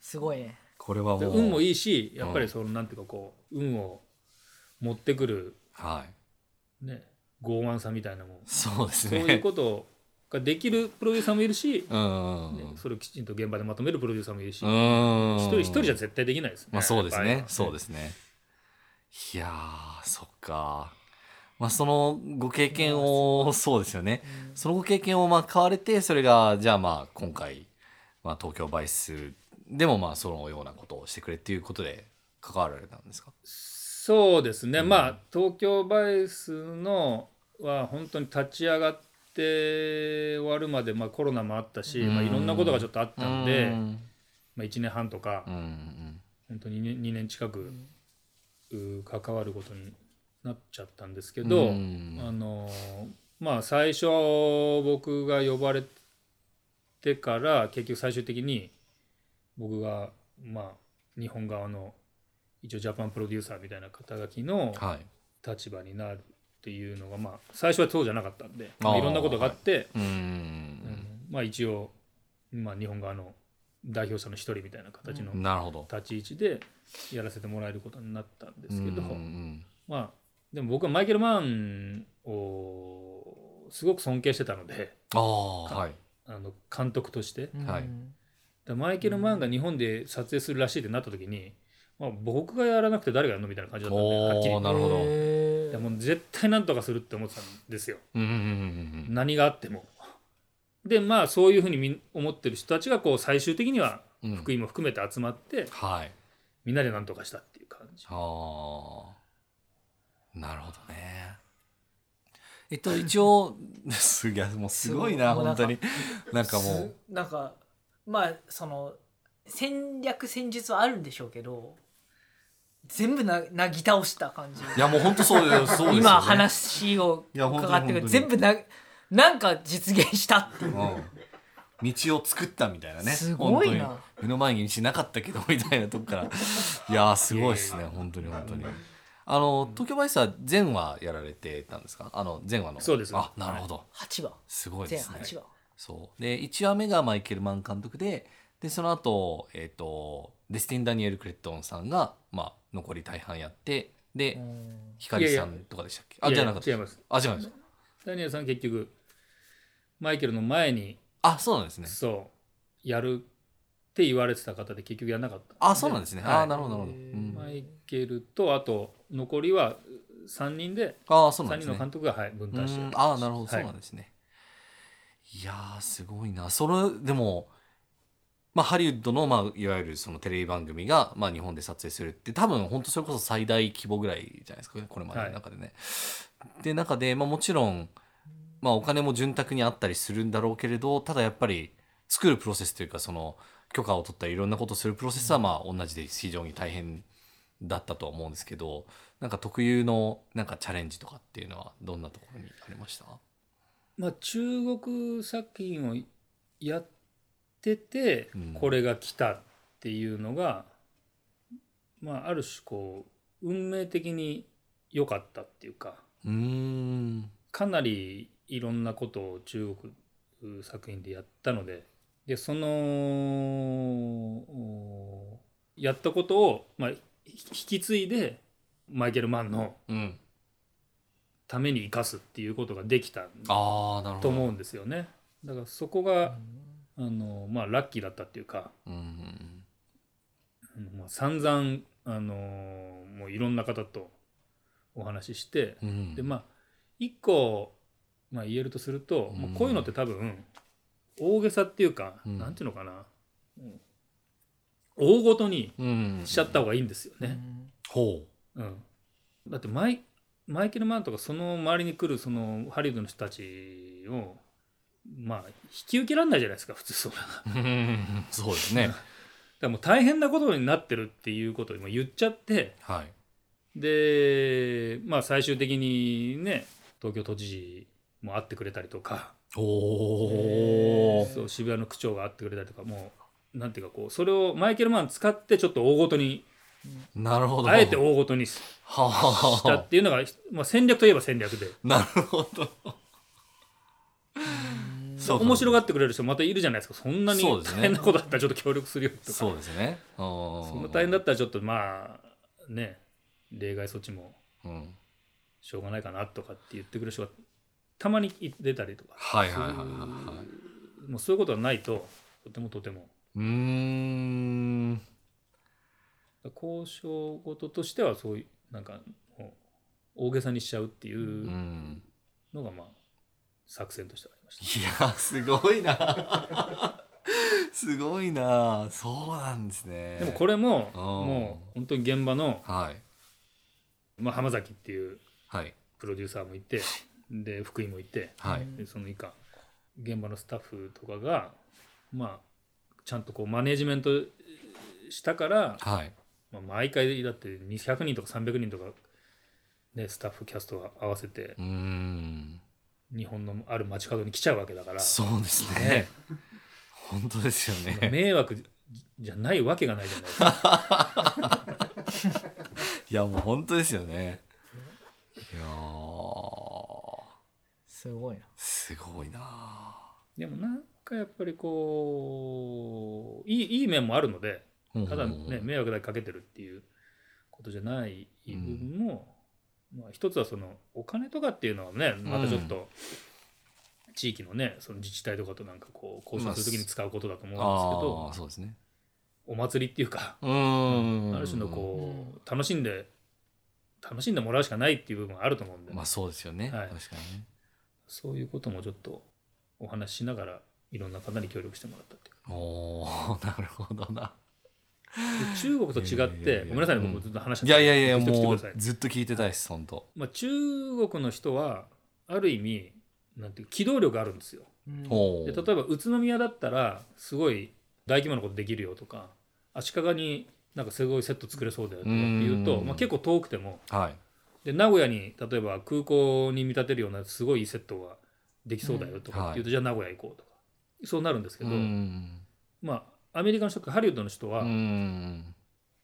すごいね
これは
で
もう
運も
い
いいしやっぱりそのなんていうかこう運を持ってくる
はい
ね傲慢さみたいなもん
そうです
そう
ね
いうことができるプロデューサーもいるし、
うんうん
ねそれをきちんと現場でまとめるプロデューサーもいるし、
うん
一人一人じゃ
ゃ
絶対できないですね。
まあそうです
やっぱ
ね
り
そうですねいやーそっかまあそのご経験をそうですよね
うん
そのご経験をまあ買われてそれがじゃあまあ今回、まあ、東京バイスでもまあそのようなことをしてくれっていうことで関わられたんですか
そうですね、
うん
まあ東京バイスのは本当に立ち上がって終わるまで、まあ、コロナもあったし、
うん
まあ、いろんなことがちょっとあったんで、
うん
まあ、1年半とか、
うんうん
本当に 2, 年2年近く、うー関わることになっちゃったんですけ
け
ど、
うん
あのーまあ最初僕が呼ばれてから結局最終的に僕がまあ日本側の一応ジャパンプロデューサーみたいな肩書きの
はい
立場になるっていうのがまあ最初はそうじゃなかったんで
あー
まあいろんなことがあって、
うん
うんまあ一応まあ日本側の代表者の一人みたいな形の
なるほど
立ち位置でやらせてもらえることになったんですけど、
うんうん
まあでも僕はマイケル・マンをすごく尊敬してたので
ああはい
あの監督としてだか
うん
はい
らマイケル・マンが日本で撮影するらしいってなった時に、まあ、僕がやらなくて誰がやるのみたいな感じだったんで
おー
はっきり言って
なるほど
へー
いやもう絶対なんとかするって思ってたんですよ
うんうんうん
何があっても。でまあそういうふうにみん思ってる人たちがこう最終的には
うんうん
福井も含めて集まって
はい
みんなでなんとかしたっていう感じ。
ああなるほどねえっと一応すげえもうすごいな
もう
本
なんか
当になんかもう
すなんかまあその戦略戦術はあるんでしょうけど全部ななぎ倒した感じ
いやもう本当そうですそうですよね
今話を
いや本当に
伺ってくる
本当に
全部ななんか実現したっていう
うん、道を作ったみたいなね
すごいな
本当に目の前に道なかったけどみたいなとこからいやーすごいですね本当に本当にあの東京バイスは前話やられてたんですかあの前話の
そうです
あなるほど
8話
すごいで
全
すね
8話
そうで1話目がマイケル・マン監督ででその後、えっとデスティン・ダニエル・クレットンさんが、まあ、残り大半やってで、
うん
光さんとかでしたっけあ
い
じ
や
ゃ
いや
なかった
違います
あじゃないですか
ダニエルさん結局マイケルの前に
あそうなんですね
そうやるって言われてた方で結局やらなかった
あそうなんですねあ
はい
なるほどなるほど、
へー
うん
マイケルとあと残りは3人で
ああそうなん
3
で
人
すね
の監督が、はい、分担して
うんああなるほど、
は
そう
い
なんですねいやーすごいなそれでも、まあ、ハリウッドの、まあ、いわゆるそのテレビ番組が、まあ、日本で撮影するって多分本当それこそ最大規模ぐらいじゃないですかこれまでの中でね。で中で、まあ、もちろん、まあ、お金も潤沢にあったりするんだろうけれどただやっぱり作るプロセスというかその許可を取ったりいろんなことをするプロセスはまあ同じで非常に大変だったとは思うんですけどなんか特有のなんかチャレンジとかっていうのはどんなところにありました
まあ、中国作品をやってて
うん
これが来たっていうのが、まあ、ある種こう運命的に良かったっていうか
うーん
かなりいろんなことを中国作品でやったのででそのおやったことを、まあ、ひ引き継いでマイケル・マンの
うん
ために生かすっていうことができた
ああなるほど
と思うんですよね。だからそこが、あのまあ、ラッキーだったっていうか、
うんうん
うんまあ、散々、あのもういろんな方とお話しして、
うんうん
でまあ一個、まあ、言えるとすると、
うん
もうこういうのって多分大げさっていうか、
うん
なんていうのかな、うん大ごとに
うん
しちゃった方がいいんですよ
う
ね。
ん
ほ
うんだってマイマイケル・マンとかその周りに来るそのハリウッドの人たちをまあ引き受けられないじゃないですか普通そうな。
ううん そうです ね
だからもう大変なことになってるっていうことを今言っちゃって
はい
でまあ最終的にね東京都知事も会ってくれたりとか、
お
へ
お
ー
そう渋谷の区長が会ってくれたりとかもうなんていうかこうそれをマイケル・マン使ってちょっと大ごとに
なるほど
あえて大ごとにし
は
た
あ
っていうのが、まあ、戦略といえば戦略で
なるほどそうか
面白がってくれる人またいるじゃないですかそんなに
そう
大
ですね
変なことだったらちょっと協力するよとか
そうですねそ
そんな大変だったらちょっとまあね例外措置も
うん
しょうがないかなとかって言ってくる人がたまに出たりとか
はいはいはいはいはい
もうそういうことがないととてもとても
うーん
交渉事としてはそういうなんかもう大げさにしちゃうっていううんのがまあ作戦としてはありました、
いやーすごいな すごいなそうなんですね
でもこれも
あー
もう本当に現場の、
はい
まあ、浜崎っていう
はい
プロデューサーもいてで福井もいて
はい
でその以下現場のスタッフとかがまあちゃんとこうマネジメントしたから
はい
まあ、毎回だって200人とか300人とか、ね、スタッフキャストが合わせて
うーん
日本のある街角に来ちゃうわけだから
そうですね本当ですよね
迷惑じじゃないわけがないじゃないですか
いやもう本当ですよねいやー
すごいな
すごいな
でもなんかやっぱりこういいいい面もあるのでただね迷惑だけかけてるっていうことじゃない部分も、まあ、一つはそのお金とかっていうのはねまたちょっと地域のねその自治体とかとなんかこう交渉するときに使うことだと思うんですけど
あ、あーそうですね
お祭りっていうか
うーん
ある種のこ
う
う楽しんで楽しんでもらうしかないっていう部分はあると思うんで、
まあそうですよね
はい
確かにね
そういうこともちょっとお話ししながらいろんな方に協力してもらったっていう
おーなるほどな
で中国と違っ
いやいやいや
てごめんなさいね
うん
僕ずっと話しちゃっ
い
た
やいやいや
ぜひ来
も
てく
う
ださい
ずっと聞いてたいです本当
まあ、中国の人はある意味なんていう機動力があるんですよ。
うん
ほ
で
う
例えば宇都宮だったらすごい大規模なことできるよとか足利になんかすごいセット作れそうだよとかっていうと
うん
まあ、結構遠くても
はい
で名古屋に例えば空港に見立てるようなすごいいいセットができそうだよとかっていうと、じゃあ名古屋行こうとかそうなるんですけ
う
ど、
ん
まあアメリカの人ハリウッドの人は
うん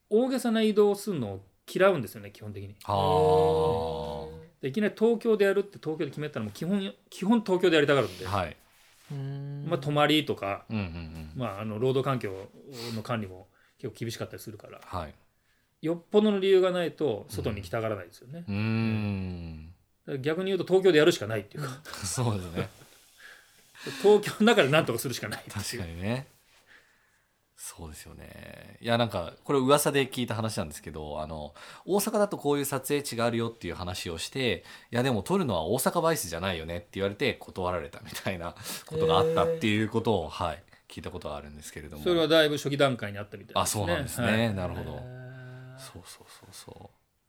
大げさな移動をするのを嫌うんですよね基本的に。
は
でいきなり東京でやるって東京で決めたらもう基本基本東京でやりたがるんで、
あはい
うん
まあ、泊まりとか、
うんうんうん
まあ、あの労働環境の管理も結構厳しかったりするから
はい
よっぽどの理由がないと外に行きたがらないですよね、だか
うん
ら逆に言うと東京でやるしかないっていうか
そうですね
東京の中で何とかするしかないっていう
確かにねそうですよねいやなんかこれ噂で聞いた話なんですけどあの大阪だとこういう撮影地があるよっていう話をしていやでも撮るのは大阪バイスじゃないよねって言われて断られたみたいなことがあったっていうことを、はい聞いたことがあるんですけれども
それはだいぶ初期段階にあったみたい
あそうなんですね、
はい
なるほど、
へ
そうそうそうそ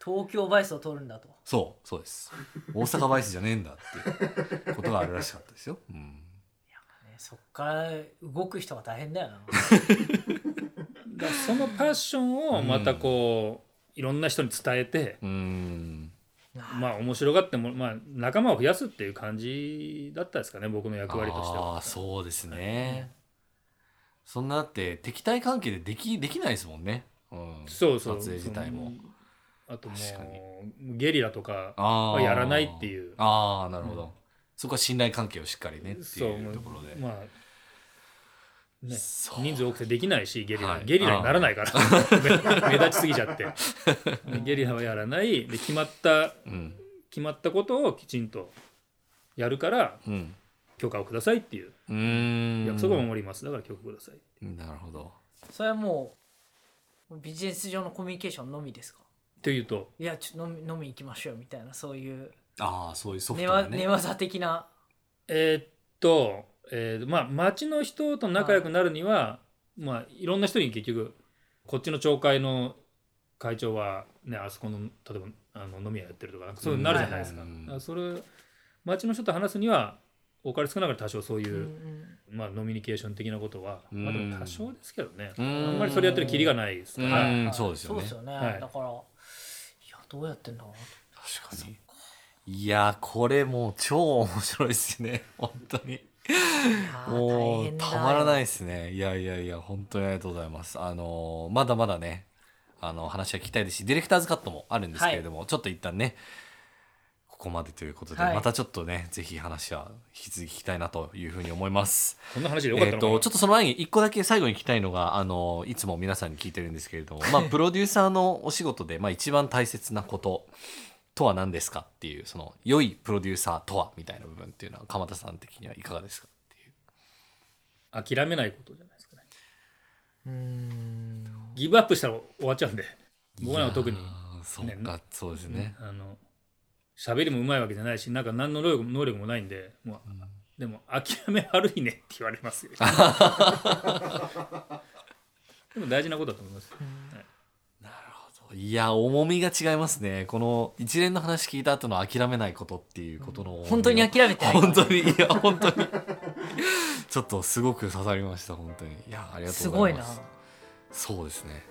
う
ー東京バイスを取るんだと
そうそうです大阪バイスじゃねえんだっていうことがあるらしかったですよ、うん、
ねそっから動く人が大変だ よな
だからそのパッションをまたこう、いろんな人に伝えて
うーん
まあ面白がっても、まあ、仲間を増やすっていう感じだったですかね僕の役割として
あ
は
ーそうですね、そんなだって敵対関係でできできないですもんね、うん、
そうそう
撮影自体も
そのあとも
確か
うゲリラとか
あー
やらないっていう
ああなるほど、
うん
そこは信頼関係をしっかりねって
そう
いうところで、
まあね
そう
人数多くてできないしゲリラ、
はい
ゲリラにならないから 目立ちすぎち ゃってゲリラはやらないで決まった
うん
決まったことをきちんとやるから
うん
許可をくださいっていう
うーん
約束を守りますだから許可ください
なるほど
それはもうビジネス上のコミュニケーションのみですか
というと
いやちょ飲み飲み行きましょうみたいなそういう
ああそういうソフ
寝
トな
わ、
ね
寝技的な
えーっと、えーまあ町の人と仲良くなるには、まあいろんな人に結局こっちの町会の会長はねあそこの例えばあの飲み屋やってるとかなんかそういうのなるじゃないですか,、
うん
それ町の人と話すにはお金少ながら多少そういう、
うん
まあ、ノミニケーション的なことは、まあ、でも多少ですけどね、
うん
あんまりそれやってるきりがないですか
うん
ら、
うん
はい
そうですよね
そうですよね、
はい
だからいやどうやってんだろうな
確かにいやこれもう超面白いですね本当に
いやー
も
大
う
変だ
たまらない
い
ですねいやいやいや本当にありがとうございますあのーまだまだねあの話は聞きたいですしディレクターズカットもあるんですけれども、ちょっと一旦ねここまでということで、
はい
またちょっとねぜひ話は引き続き聞きたいなというふうに思います
こんな話でよかった
え
の
ー、
かな、
とちょっとその前に一個だけ最後に聞きたいのがあのいつも皆さんに聞いてるんですけれども、 まあ、プロデューサーのお仕事で、まあ、一番大切なこととは何ですかっていうその良いプロデューサーとはみたいな部分っていうのは鎌田さん的にはいかがですかっていう
諦めないことじゃないですかね
うーん
ギブアップしたら終わっちゃうんで僕らは特に
いやーそうか、そうですね、
あの喋りもうまいわけじゃないしなんか何の能力も能力もないんでもう、でも諦め悪いねって言われ ますよでも大事なことだと思います、はい
いや重みが違いますねこの一連の話聞いた後の諦めないことっていうことの重みが
本当に諦めてない
本当にいや本当に ちょっとすごく刺さりました本当にいやありがと
す
うご
ご
ざい
い
ま
な
すそうですね。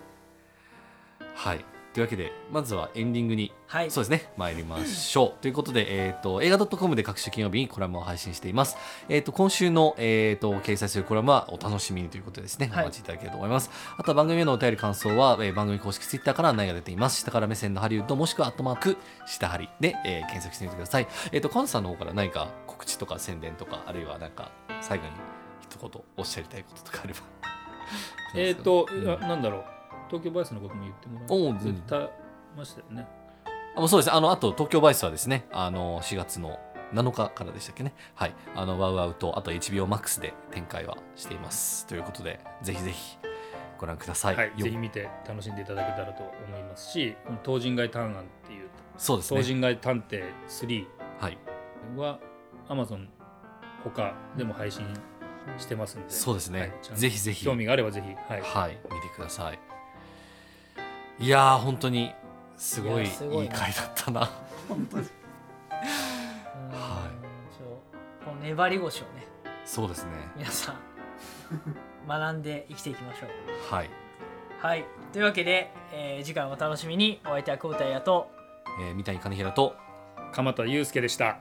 はい。というわけで、まずはエンディングに、
はい
そうですね、参りましょう。ということで、えっ、と、映画 .com で各種金曜日にコラムを配信しています。えっ、と、今週の、えっ、と、掲載するコラムはお楽しみにということでですね、お
はい
待ちいただければと思います。あとは番組へのお便り感想は、えー番組公式ツイッターから案内が出ています。下から目線のハリウッド、もしくはアットマーク、下ハリで、えー検索してみてください。えっ、と、カンさんの方から何か告知とか宣伝とか、あるいはなんか、最後に一言おっしゃりたいこととかあれば。
えっ、ー、と、
うん
いやなんだろう東京バイスのことも言ってもらう
おう
絶対ましたよね
あもうそうです。あの、あと、東京バイスはですね、あの、4月の7日からでしたっけね。はい。あの、ワウワウと、あと HBO Max で展開はしています。ということで、ぜひぜひご覧ください。
はい、
よ
ぜひ見て楽しんでいただけたらと思いますしこの「東人街探案」っていう
そうで
「
す
東
ね。
人街探偵3
はい。」
は Amazon 他でも配信してますんで
そうですね
はいちゃんと
ぜひぜひ
興味があればぜひはい
はい。見てください。いやー、本当に、すごい、い
いやすごい
い
な
回だったな。
うん
はい。
粘り腰をね
そうですね
皆さん 学んで生きていきましょう
はい、
はいというわけで、えー次回もお楽しみにお相手は久保田彩と
えー、三谷兼平と
鎌田祐介でした